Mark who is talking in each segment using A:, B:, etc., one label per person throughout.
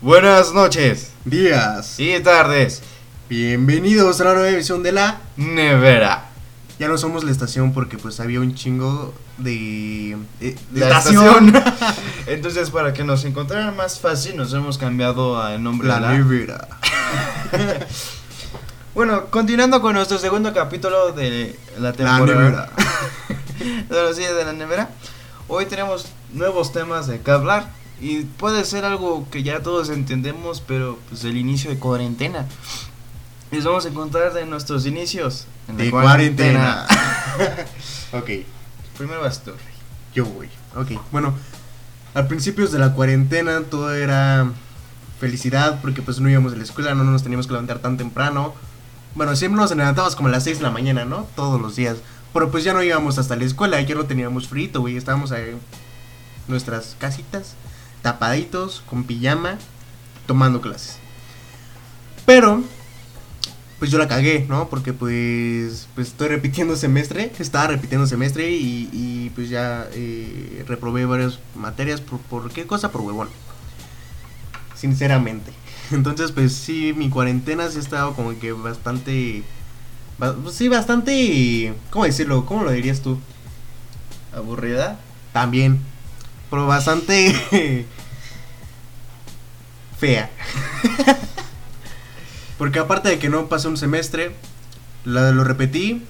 A: Buenas noches
B: Días.
A: y tardes,
B: Bienvenidos a la nueva edición de la.
A: nevera.
B: Ya no somos la estación porque pues había un chingo de. eh, de
A: La
B: estación.
A: Entonces, para que nos encontraran más fácil, nos hemos cambiado a el nombre de
B: la
A: la-
B: nevera.
A: Bueno, continuando con nuestro segundo capítulo de la
B: La
A: temporada.
B: nevera.
A: de los días de la nevera. Hoy tenemos nuevos temas de qué hablar. Y puede ser algo que ya todos entendemos, pero pues el inicio de cuarentena. Les vamos a contar de nuestros inicios en la
B: De cuarentena. ok,
A: Primero vas tú.
B: yo voy. Ok, bueno. Al principios de la cuarentena todo era felicidad porque pues no íbamos a la escuela, no nos teníamos que levantar tan temprano. Bueno, siempre nos levantábamos como a las 6 de la mañana, ¿no? Todos los días. Pero pues ya no íbamos hasta la escuela, ya no teníamos frito, güey. Estábamos en nuestras casitas, tapaditos, con pijama, tomando clases. Pero, pues yo la cagué, ¿no? Porque pues, pues estoy repitiendo semestre, estaba repitiendo semestre y, y, pues ya eh, reprobé varias materias. Por, ¿Por qué cosa? Por huevón. Sinceramente. Entonces, pues sí, mi cuarentena sí ha estado como que bastante... ba- pues, Sí, bastante... ¿Cómo decirlo? ¿Cómo lo dirías tú?
A: ¿Aburrida?
B: También. Pero bastante fea. Porque aparte de que no pasé un semestre, la- lo repetí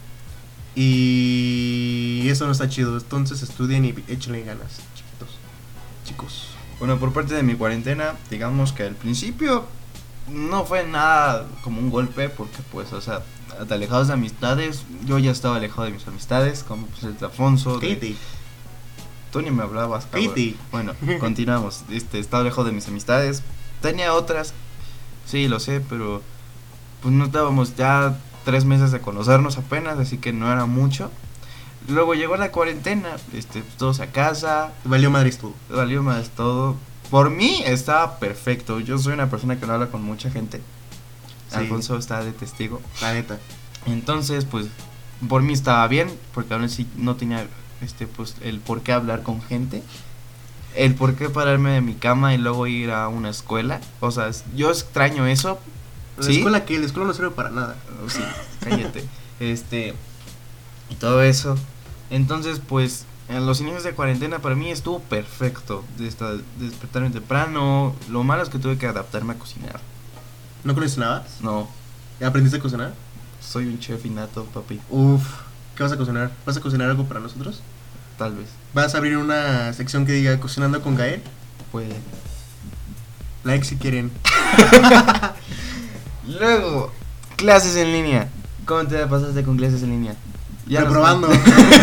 B: y eso no está chido. Entonces estudien y échenle ganas, chiquitos. Chicos.
A: Bueno, por parte de mi cuarentena, digamos que al principio no fue nada como un golpe, porque pues, o sea, te alejados de amistades, yo ya estaba alejado de mis amistades, como pues el de Afonso, de-
B: Katie.
A: tú ni me hablabas, cabrón.
B: Katie.
A: Bueno, continuamos, este, estaba alejado de mis amistades, tenía otras, sí, lo sé, pero pues no estábamos ya tres meses de conocernos apenas, así que no era mucho. Luego llegó la cuarentena, este, todos a casa,
B: Valió Madrid todo.
A: valió más todo. Por mí estaba perfecto. Yo soy una persona que no habla con mucha gente.
B: Sí.
A: Alfonso está de testigo.
B: La neta.
A: Entonces, pues, por mí estaba bien, porque aún así no tenía este pues el por qué hablar con gente. El por qué pararme de mi cama y luego ir a una escuela. O sea, es- yo extraño eso.
B: La
A: ¿Sí?
B: escuela que la escuela no sirve para nada.
A: Oh, Sí, cállate. este. Y todo eso. Entonces, pues, en los inicios de cuarentena para mí estuvo perfecto. Desta- Despertarme temprano. Lo malo es que tuve que adaptarme a cocinar.
B: ¿No cocinabas?
A: No,
B: ¿Ya ¿Aprendiste a cocinar?
A: soy un chef innato, papi.
B: Uf. ¿Qué vas a cocinar? ¿Vas a cocinar algo para nosotros?
A: Tal vez.
B: ¿Vas a abrir una sección que diga cocinando con Gael?
A: Puede.
B: Like si quieren.
A: Luego, clases en línea. ¿Cómo te la pasaste con clases en línea? nos-
B: Reprobando.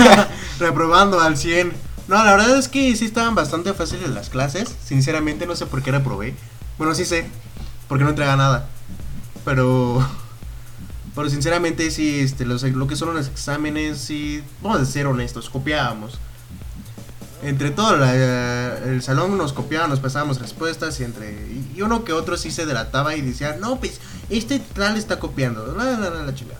B: Reprobando al 100. No, la verdad es que sí estaban bastante fáciles las clases. Sinceramente no sé por qué reprobé. Bueno, sí sé. Porque no entrega nada. Pero... Pero sinceramente sí, este, los, lo que son los exámenes, sí... Vamos a ser honestos, copiábamos. Entre todo la- el salón nos copiaban, nos pasábamos respuestas y entre... Y uno que otro sí se delataba y decía, no, pues, este tal está copiando. La, la, la, la chingada.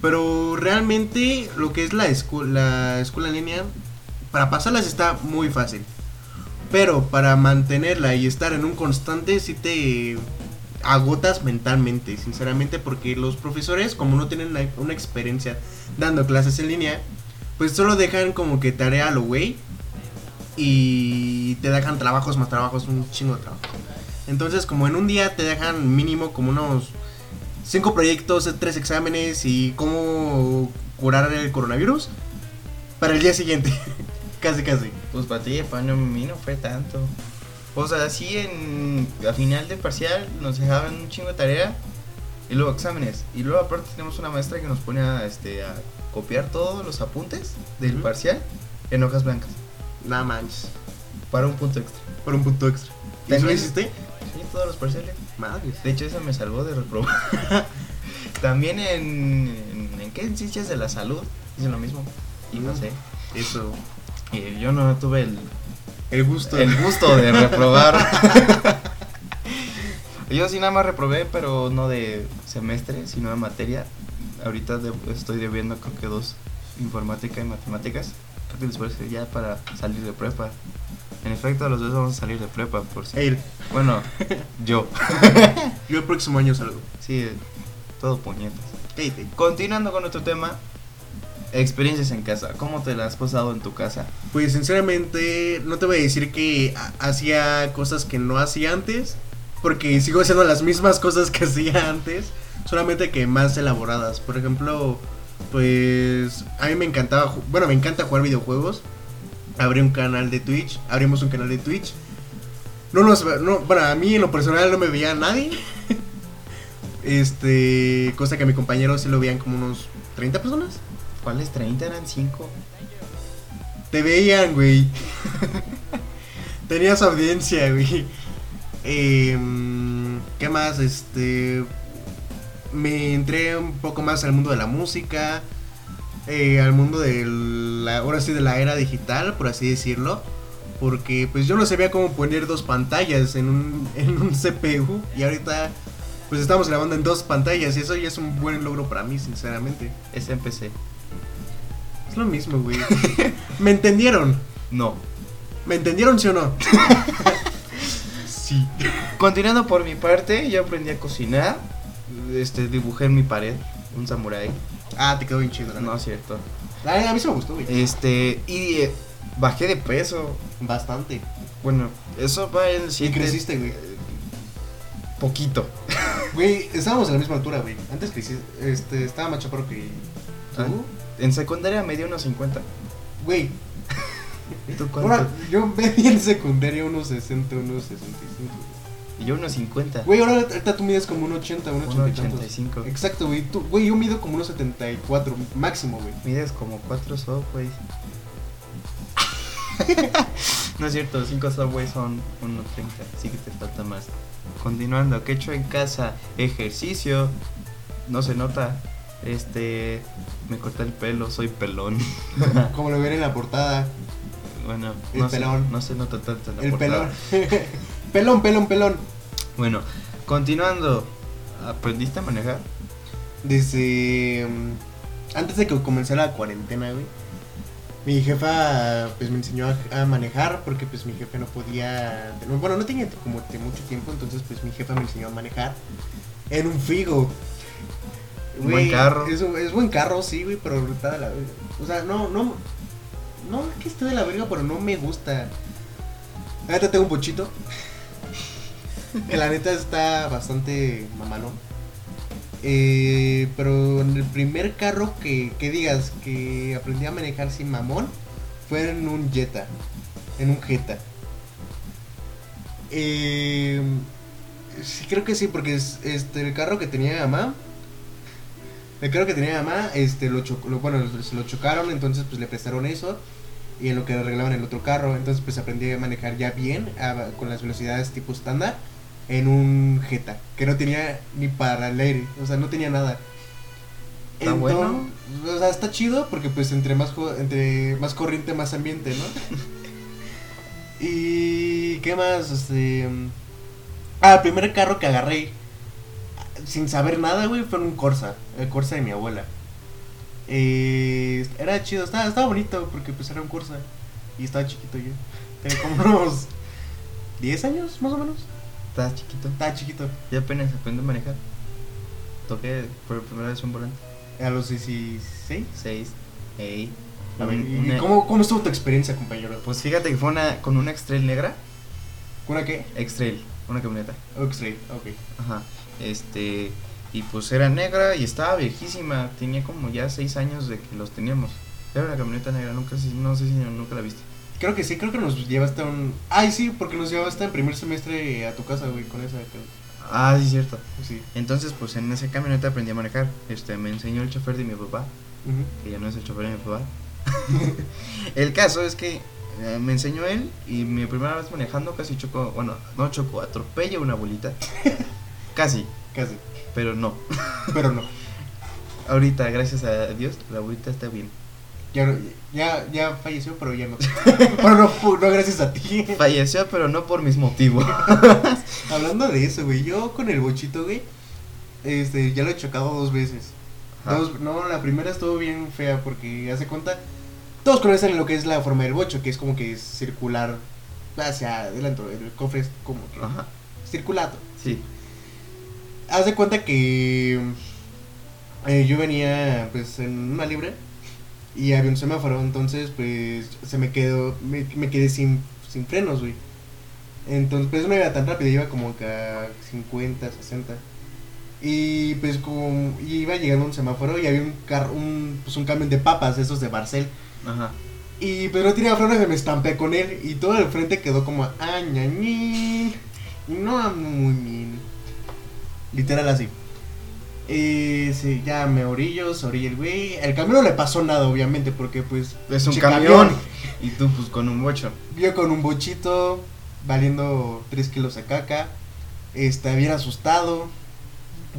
B: Pero realmente lo que es la, escu- la escuela en línea, para pasarlas está muy fácil. Pero para mantenerla y estar en un constante, sí te agotas mentalmente, sinceramente, porque los profesores, como no tienen la- una experiencia dando clases en línea, pues solo dejan como que tarea a lo güey y te dejan trabajos más trabajos, un chingo de trabajo. Entonces, como en un día te dejan mínimo como unos cinco proyectos, tres exámenes y cómo curar el coronavirus para el día siguiente. casi, casi.
A: Pues para ti, para mí no fue tanto. O sea, así en a final de parcial nos dejaban un chingo de tarea y luego exámenes. Y luego aparte tenemos una maestra que nos pone a, este, a copiar todos los apuntes del
B: Ujú.
A: parcial en hojas blancas
B: Nada manches.
A: para un punto extra.
B: Por un punto extra. ¿Y eso
A: También-
B: lo hiciste?
A: Sí, todos los parciales.
B: Madres.
A: De hecho, esa me salvó de reprobar. También en, en, en qué en ciencias de la salud hice lo mismo. Y no
B: Mm.
A: sé.
B: Eso.
A: Y yo no tuve el
B: El gusto.
A: El gusto de reprobar. Yo sí nada más reprobé, pero no de semestre, sino de materia. Ahorita de- estoy debiendo creo que dos, informática y matemáticas. Creo que les parece ya para salir de prepa. En efecto, los dos vamos a salir de prepa, por si.
B: Él.
A: Bueno, yo.
B: Yo el próximo año salgo.
A: sí, todo puñetas.
B: Ey, ey.
A: Continuando con nuestro tema, experiencias en casa. ¿Cómo te la has pasado en tu casa?
B: Pues sinceramente, no te voy a decir que ha- hacía cosas que no hacía antes, porque sigo haciendo las mismas cosas que hacía antes, solamente que más elaboradas. Por ejemplo, pues a mí me encantaba, ju- bueno, me encanta jugar videojuegos. Abrí un canal de Twitch, abrimos un canal de Twitch. No nos, ve- no, bueno, a mí en lo personal no me veía nadie. Este, cosa que a mi compañero sí lo veían como unos 30 personas.
A: ¿Cuáles 30 eran 5?
B: Te veían, güey. Tenías audiencia, güey. Em, ¿Qué más? Este. Me entré un poco más al mundo de la música. eh, al mundo de la. Ahora sí, de la era digital, por así decirlo. Porque pues yo no sabía cómo poner dos pantallas en un, en un CPU. Y ahorita. Pues estamos grabando en dos pantallas. Y eso ya es un buen logro para mí, sinceramente.
A: Es empecé.
B: Es lo mismo, güey. ¿Me entendieron?
A: No.
B: ¿Me entendieron, sí o no? sí.
A: Continuando por mi parte, yo aprendí a cocinar. Este, dibujé en mi pared un samurái.
B: Ah, te quedó bien chido, la
A: No
B: neta.
A: es cierto.
B: Ay, A mí se me gustó, güey.
A: Este, y eh, bajé de peso.
B: Bastante.
A: Bueno, eso va en el
B: Y
A: siguiente-
B: creciste, güey.
A: Poquito.
B: Güey, estábamos a la misma altura, güey. Antes creciste, este, estaba más chaparro que tú.
A: En secundaria me dio unos 50.
B: Güey,
A: ¿Tú cuánto?
B: ahora yo medí en secundaria unos 60, unos 65.
A: Y yo unos 50.
B: Güey, ahora ahorita tú mides como un 80, un 80
A: unos
B: y tantos.
A: 85.
B: Exacto, güey. Tú, güey, yo mido como unos 74, máximo, güey.
A: Mides como 4 subways. no es cierto, 5 subways son 1.30, así que te falta más. Continuando, ¿qué he hecho en casa? Ejercicio, no se nota. Este, me corté el pelo, soy pelón.
B: Como lo ven en la portada.
A: bueno,
B: El
A: no, se,
B: pelón.
A: no se nota tanto en la
B: El
A: portada.
B: pelón. pelón, pelón, pelón.
A: Bueno, continuando, ¿aprendiste a manejar?
B: Desde mm, antes de que comenzara la cuarentena, güey. Mi jefa pues me enseñó a, a manejar porque pues mi jefe no podía, no- bueno, no tenía como de mucho tiempo, entonces pues mi jefa me enseñó a manejar en un Figo.
A: Un buen carro.
B: Es, un- es buen carro, sí, güey, pero está de la verga. O sea, no, no, no es que esté de la verga, pero no me gusta. Ahorita tengo un bochito. que la neta está bastante mamalón. Eh, pero en el primer carro que, que digas que aprendí a manejar sin mamón fue en un Jetta. En un Jetta. Eh, sí, creo que sí, porque es, este, el carro que tenía mi mamá. El carro que tenía mi mamá, este, lo, cho- lo- bueno, se lo chocaron, entonces pues le prestaron eso. Y en lo que arreglaban el otro carro, entonces pues aprendí a manejar ya bien, a- con las velocidades tipo estándar, en un Jetta, que no tenía ni para el aire, o sea, no tenía nada.
A: Está bueno.
B: O sea, está chido porque pues entre más, jo- entre más corriente, más ambiente, ¿no? y qué más, este... Ah, el primer carro que agarré sin saber nada, güey, fue un Corsa, el Corsa de mi abuela. Eh, era chido, estaba, estaba bonito porque pues era un Corsa y estaba chiquito yo. Tenía como unos 10 años más o menos.
A: ¿Estás chiquito?
B: Estaba chiquito.
A: Yo apenas aprendí a manejar. Toqué por primera vez un volante.
B: A los 16.
A: 6, 8.
B: A ver, ¿y ¿cómo, ¿Cómo estuvo tu experiencia, compañero?
A: Pues fíjate que fue una, con una X-Trail negra.
B: ¿Una qué?
A: X-Trail, una camioneta.
B: Oxley, ok.
A: Ajá. Este. Y pues era negra y estaba viejísima. Tenía como ya 6 años de que los teníamos. Era una camioneta negra, nunca sé- no sé si nunca la viste.
B: Creo que sí, creo que nos llevaste a un. Ay, sí, porque nos llevaste en primer semestre a tu casa, güey, con esa. creo.
A: Ah, sí, cierto.
B: Sí.
A: Entonces, pues en esa camioneta aprendí a manejar. Este, me enseñó el chofer de mi papá,
B: Ujú.
A: que ya no es el chofer de mi papá. el caso es que eh, me enseñó él y mi primera vez manejando casi chocó, bueno, no chocó, atropella una abuelita. casi,
B: Casi.
A: pero no.
B: Pero no.
A: Ahorita, gracias a Dios, la abuelita está bien.
B: Ya, no- ya, ya falleció, pero ya no. pero no, fu- no gracias a ti.
A: Falleció, pero no por mis motivos.
B: Hablando de eso, güey, yo con el bochito, güey, este, ya lo he chocado dos veces.
A: Ajá.
B: Dos- no, la primera estuvo bien fea porque hace cuenta. Todos conocen lo que es la forma del bocho, que es como que es circular hacia adelante, el cofre es como que
A: Ajá.
B: circulado.
A: Sí.
B: Haz de cuenta que eh, yo venía pues en una libre y había un semáforo, entonces pues se me quedó, me, me quedé sin, sin frenos, güey. Entonces pues no iba tan rápido, iba como que a 50, 60. Y pues como y iba llegando a un semáforo y había un carro, un, pues un camión de papas, esos de Barcel.
A: Ajá.
B: Y pero no tenía frenos y me estampé con él. Y todo el frente quedó como añañí. No muy bien. Literal así. Y sí, ya me orillo, se orilla el güey. El camión no le pasó nada, obviamente, porque pues.
A: Es un
B: che,
A: camión. Y tú, pues, con un bocho.
B: Vio con un bochito, valiendo 3 kilos de caca. Está bien asustado.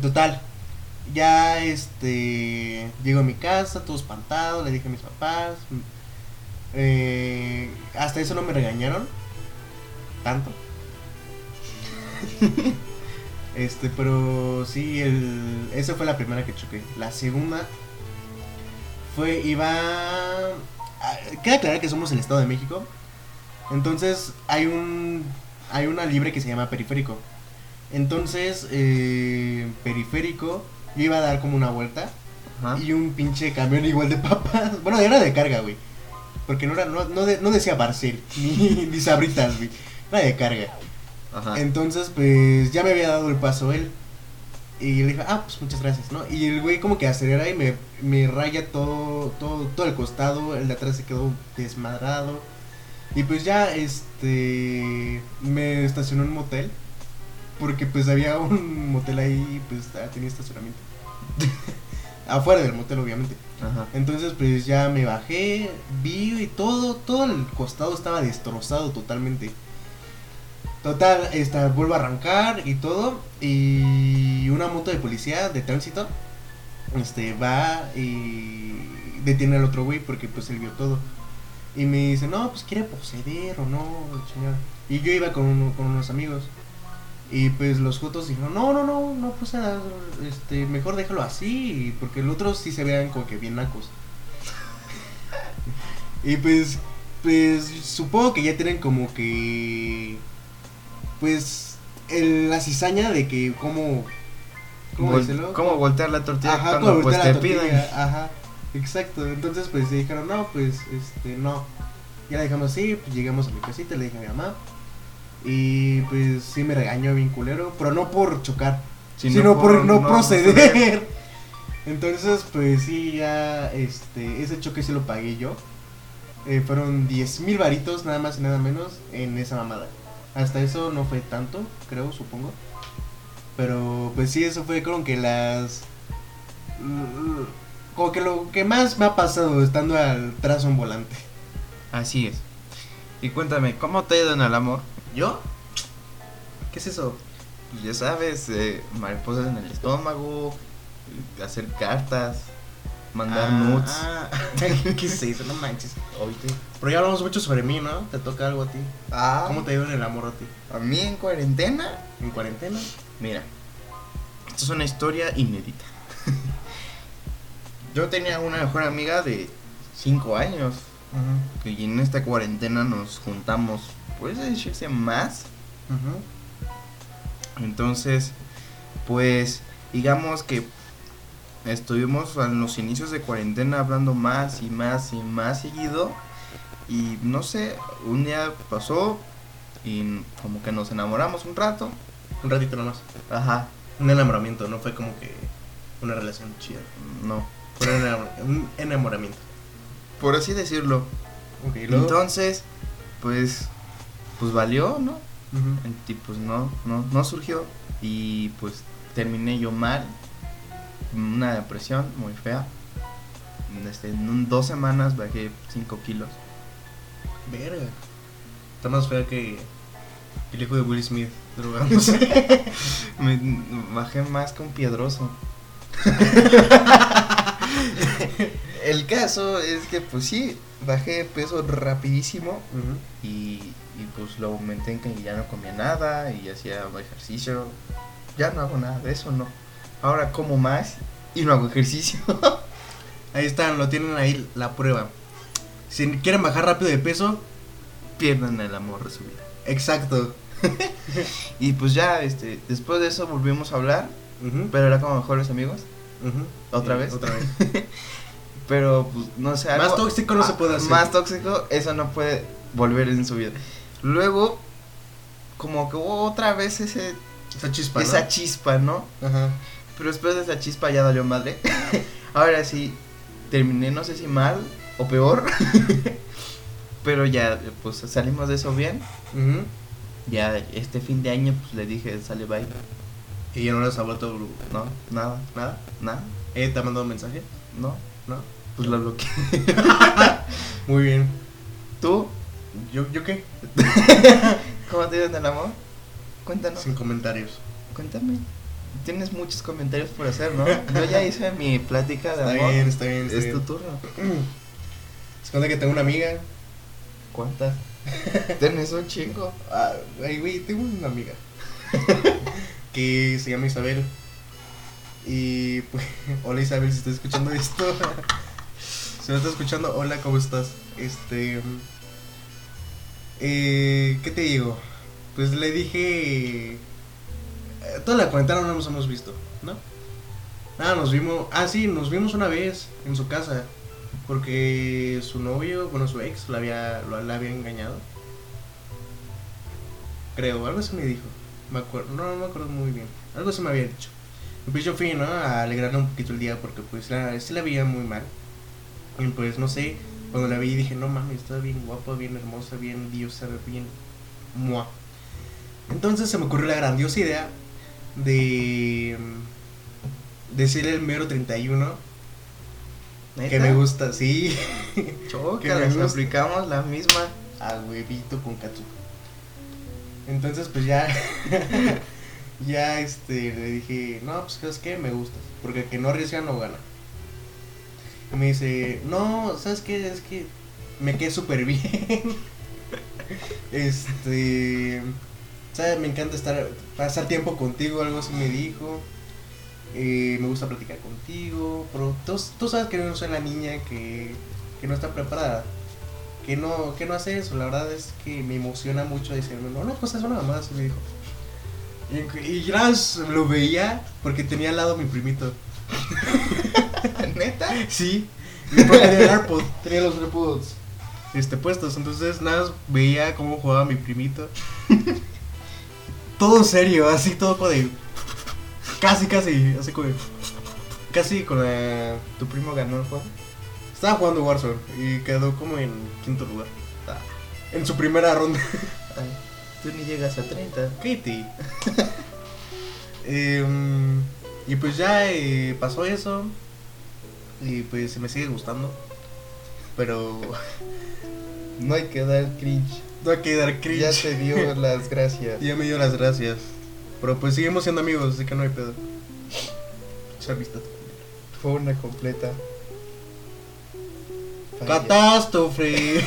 B: Total. Ya este. Llego a mi casa, todo espantado. Le dije a mis papás. mm, Eh, hasta eso no me regañaron. Tanto. este, pero sí, el, esa fue la primera que choqué. La segunda fue, iba... ah, Queda claro que somos el Estado de México. Entonces hay un... Hay una libre que se llama periférico. Entonces, eh, periférico, yo iba a dar como una vuelta
A: Ajá.
B: y un pinche camión igual de papas. Bueno, era de carga, güey. Porque no, era, no, no, de- no decía Barcel, ni, ni Sabritas, güey. Era de carga.
A: Ajá.
B: Entonces, pues ya me había dado el paso él. Y le dije, ah, pues muchas gracias, ¿no? Y el güey como que acelera y me, me raya todo, todo, todo el costado. El de atrás se quedó desmadrado. Y pues ya, este, me estacionó en un motel. Porque pues había un motel ahí, pues ah, tenía estacionamiento. Afuera del motel, obviamente.
A: Ajá.
B: Entonces pues ya me bajé, vi y todo, todo el costado estaba destrozado totalmente. Total, esta, vuelvo a arrancar y todo. Y una moto de policía de tránsito este, va y detiene al otro güey porque pues él vio todo. Y me dice, no, pues quiere proceder o no, chingada. Y yo iba con, uno- con unos amigos. Y pues los jotos dijeron, no, no, no, no proceda, este, mejor déjalo así, porque los otros sí se vean como que bien nacos. y pues, pues supongo que ya tienen como que, pues, el- la cizaña de que cómo,
A: Vol-
B: decirlo?
A: ¿Cómo voltear la tortilla
B: Ajá,
A: cuando
B: como
A: pues
B: voltear
A: te
B: la tortilla,
A: piden?
B: Ajá, exacto. Entonces, pues se dijeron, no, pues, este, no. Ya la dejamos así, pues llegamos a mi casita, le dije a mi mamá. Y pues sí me regañó bien culero, pero no por chocar,
A: Si
B: sino por, no,
A: proceder.
B: proceder. Entonces, pues sí, ya, este, ese choque se lo pagué yo. Eh, fueron 10 mil varitos, nada más y nada menos, en esa mamada. Hasta eso no fue tanto, creo, supongo. Pero pues sí, eso fue como que las... mm, Como que lo que más me ha pasado estando al trazo en volante.
A: Así es. Y cuéntame, ¿cómo te ha ido en el amor?
B: ¿Yo? ¿Qué es eso?
A: Pues ya sabes, eh, mariposas en el estómago, eh, hacer cartas, mandar
B: Ah,
A: nudes.
B: ¿Qué es eso? No manches. Pero ya hablamos mucho sobre mí, ¿no? ¿Te toca algo a ti?
A: Ah,
B: ¿Cómo te ha ido en el amor a ti?
A: ¿A mí en cuarentena?
B: ¿En cuarentena?
A: Mira, esta es una historia inédita. Yo tenía una mejor amiga de 5 años y en esta cuarentena nos juntamos, puedes decirse más. Entonces, pues digamos que estuvimos en los inicios de cuarentena hablando más y más y más seguido y no sé, un día pasó y como que nos enamoramos un rato.
B: Un ratito nomás.
A: Ajá,
B: Un enamoramiento, no fue como que una relación chida.
A: no,
B: Fue un enamor- un enamoramiento.
A: por así decirlo.
B: Ok, ¿y luego?
A: Entonces, pues, pues valió, ¿no?
B: Ujú.
A: Y pues no, no, no surgió. Y pues terminé yo mal. Una depresión muy fea. Este, en un- dos semanas bajé 5 kilos.
B: Verga. Está más fea que el hijo de Will Smith drogándose.
A: Me- bajé más que un piedroso. El caso es que pues sí, bajé peso rapidísimo. y, y, pues lo aumenté en que ya no comía nada y hacía ejercicio. Ya no hago nada de eso, no. Ahora como más y no hago ejercicio.
B: Ahí están, lo tienen ahí la prueba. Si quieren bajar rápido de peso,
A: pierdan el amor de su vida.
B: Exacto.
A: Y pues ya, este, después de eso volvimos a hablar,
B: Ujú,
A: pero era como mejores amigos,
B: ujú.
A: ¿Otra
B: Sí,
A: vez?
B: Otra vez.
A: pero pues no sé.
B: Más
A: algo-
B: tóxico no se puede
A: Ah,
B: hacer.
A: Más tóxico, eso no puede volver en su vida. Luego, como que hubo otra vez ese,
B: Esa chispa, ¿no?
A: esa chispa, ¿no?
B: Ajá.
A: Pero después de esa chispa ya dolió madre. Ahora sí, terminé no sé si mal o peor. Pero ya, pues salimos de eso bien.
B: Ujú.
A: Ya este fin de año, pues le dije, sale bye.
B: Y ya no les ha vuelto a blu-
A: No, nada,
B: nada.
A: nada,
B: Eh, ¿Te ha mandado un mensaje?
A: no.
B: No.
A: Pues lo bloqueé.
B: Muy bien.
A: ¿Tú?
B: ¿Yo, yo qué?
A: ¿Cómo te en el amor? Cuéntanos,
B: Sin comentarios.
A: cuéntame. Tienes muchos comentarios por hacer, ¿no? Yo ya hice mi plática de
B: Está
A: amor.
B: bien, está bien. Está
A: es tu
B: bien.
A: turno.
B: Se cuenta que tengo una amiga.
A: ¿Cuántas? Tienes un chingo.
B: Ah, ay, güey, tengo una amiga. que se llama Isabel. Y pues, hola Isabel, si estás escuchando esto. si no estás escuchando, hola, ¿cómo estás? Este. eh, ¿Qué te digo? Pues le dije. eh, Toda la cuarentena no nos hemos visto, ¿no? Ah, nos vimos. Ah, sí, nos vimos una vez en su casa. Porque su novio, bueno, su ex, la había, lo- la había engañado. Creo, algo así me dijo. Me acuerdo, no, no me acuerdo muy bien. Algo así me había dicho. Y pues yo fui, ¿no? A alegrarle un poquito el día porque pues la, sí la veía muy mal. Y pues no sé, cuando la vi dije, no mames, está bien guapa, bien hermosa, bien diosa, bien mua. Entonces se me ocurrió la grandiosa idea de mm, decirle el mero 31 que me gusta, sí.
A: Chócalas,
B: Que me gusta.
A: aplicamos la misma.
B: a huevito con katsu. Entonces, pues ya, ya este, le dije, no, pues ¿sabes qué? Me gusta, porque el que no arriesga no gana. Y me dice, no, ¿sabes qué? Es que me quedé súper bien. este, ¿sabes? Me encanta estar, pasar tiempo contigo, algo así me dijo. Eh, me gusta platicar contigo, pero tú, tú sabes que yo no soy la niña que, que no está preparada que no, que no hace eso. La verdad es que me emociona mucho decirme, no, no, pues es una mamada, así me dijo. Y, en- y yo nada más lo veía porque tenía al lado mi primito.
A: ¿Neta?
B: Sí, mi propio tenía el AirPod, tenía los AirPods este, puestos. Entonces nada más veía cómo jugaba mi primito. todo serio, así todo como de. Casi, casi, así como de- Casi con la.
A: ¿Tu primo ganó el juego?
B: Estaba jugando Warzone y quedó como en quinto lugar.
A: Ah.
B: En su primera ronda.
A: Ay, tú ni llegas a 30.
B: Kitty. Em, y pues ya eh, pasó eso. Y pues me sigue gustando. Pero
A: No hay que dar cringe.
B: no hay que dar cringe.
A: Ya te dio las gracias.
B: Ya me dio las gracias. Pero pues seguimos siendo amigos, así que no hay pedo. Se ha visto.
A: Fue una completa. falla.
B: Catástrofe.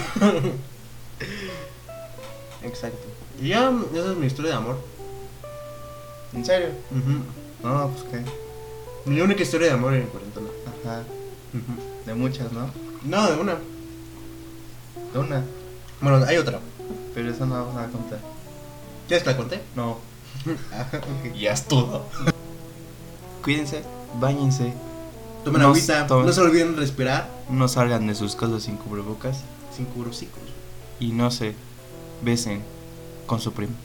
B: Exacto. Y ya, esa es mi historia de amor.
A: ¿En serio?
B: Ujú.
A: No, pues qué.
B: Mi única historia de amor en cuarentena.
A: Ajá. De muchas, ¿no?
B: No, de una.
A: De una.
B: Bueno, hay otra.
A: Pero esa no vamos a contar.
B: ¿Quieres que la conté?
A: No.
B: ok.
A: Ya es todo. Cuídense, bañense,
B: Tomen
A: No,
B: agüita,
A: tomen.
B: no se olviden respirar.
A: no salgan de sus casas sin cubrebocas
B: Sin cubrosicos.
A: y no se besen con su primo.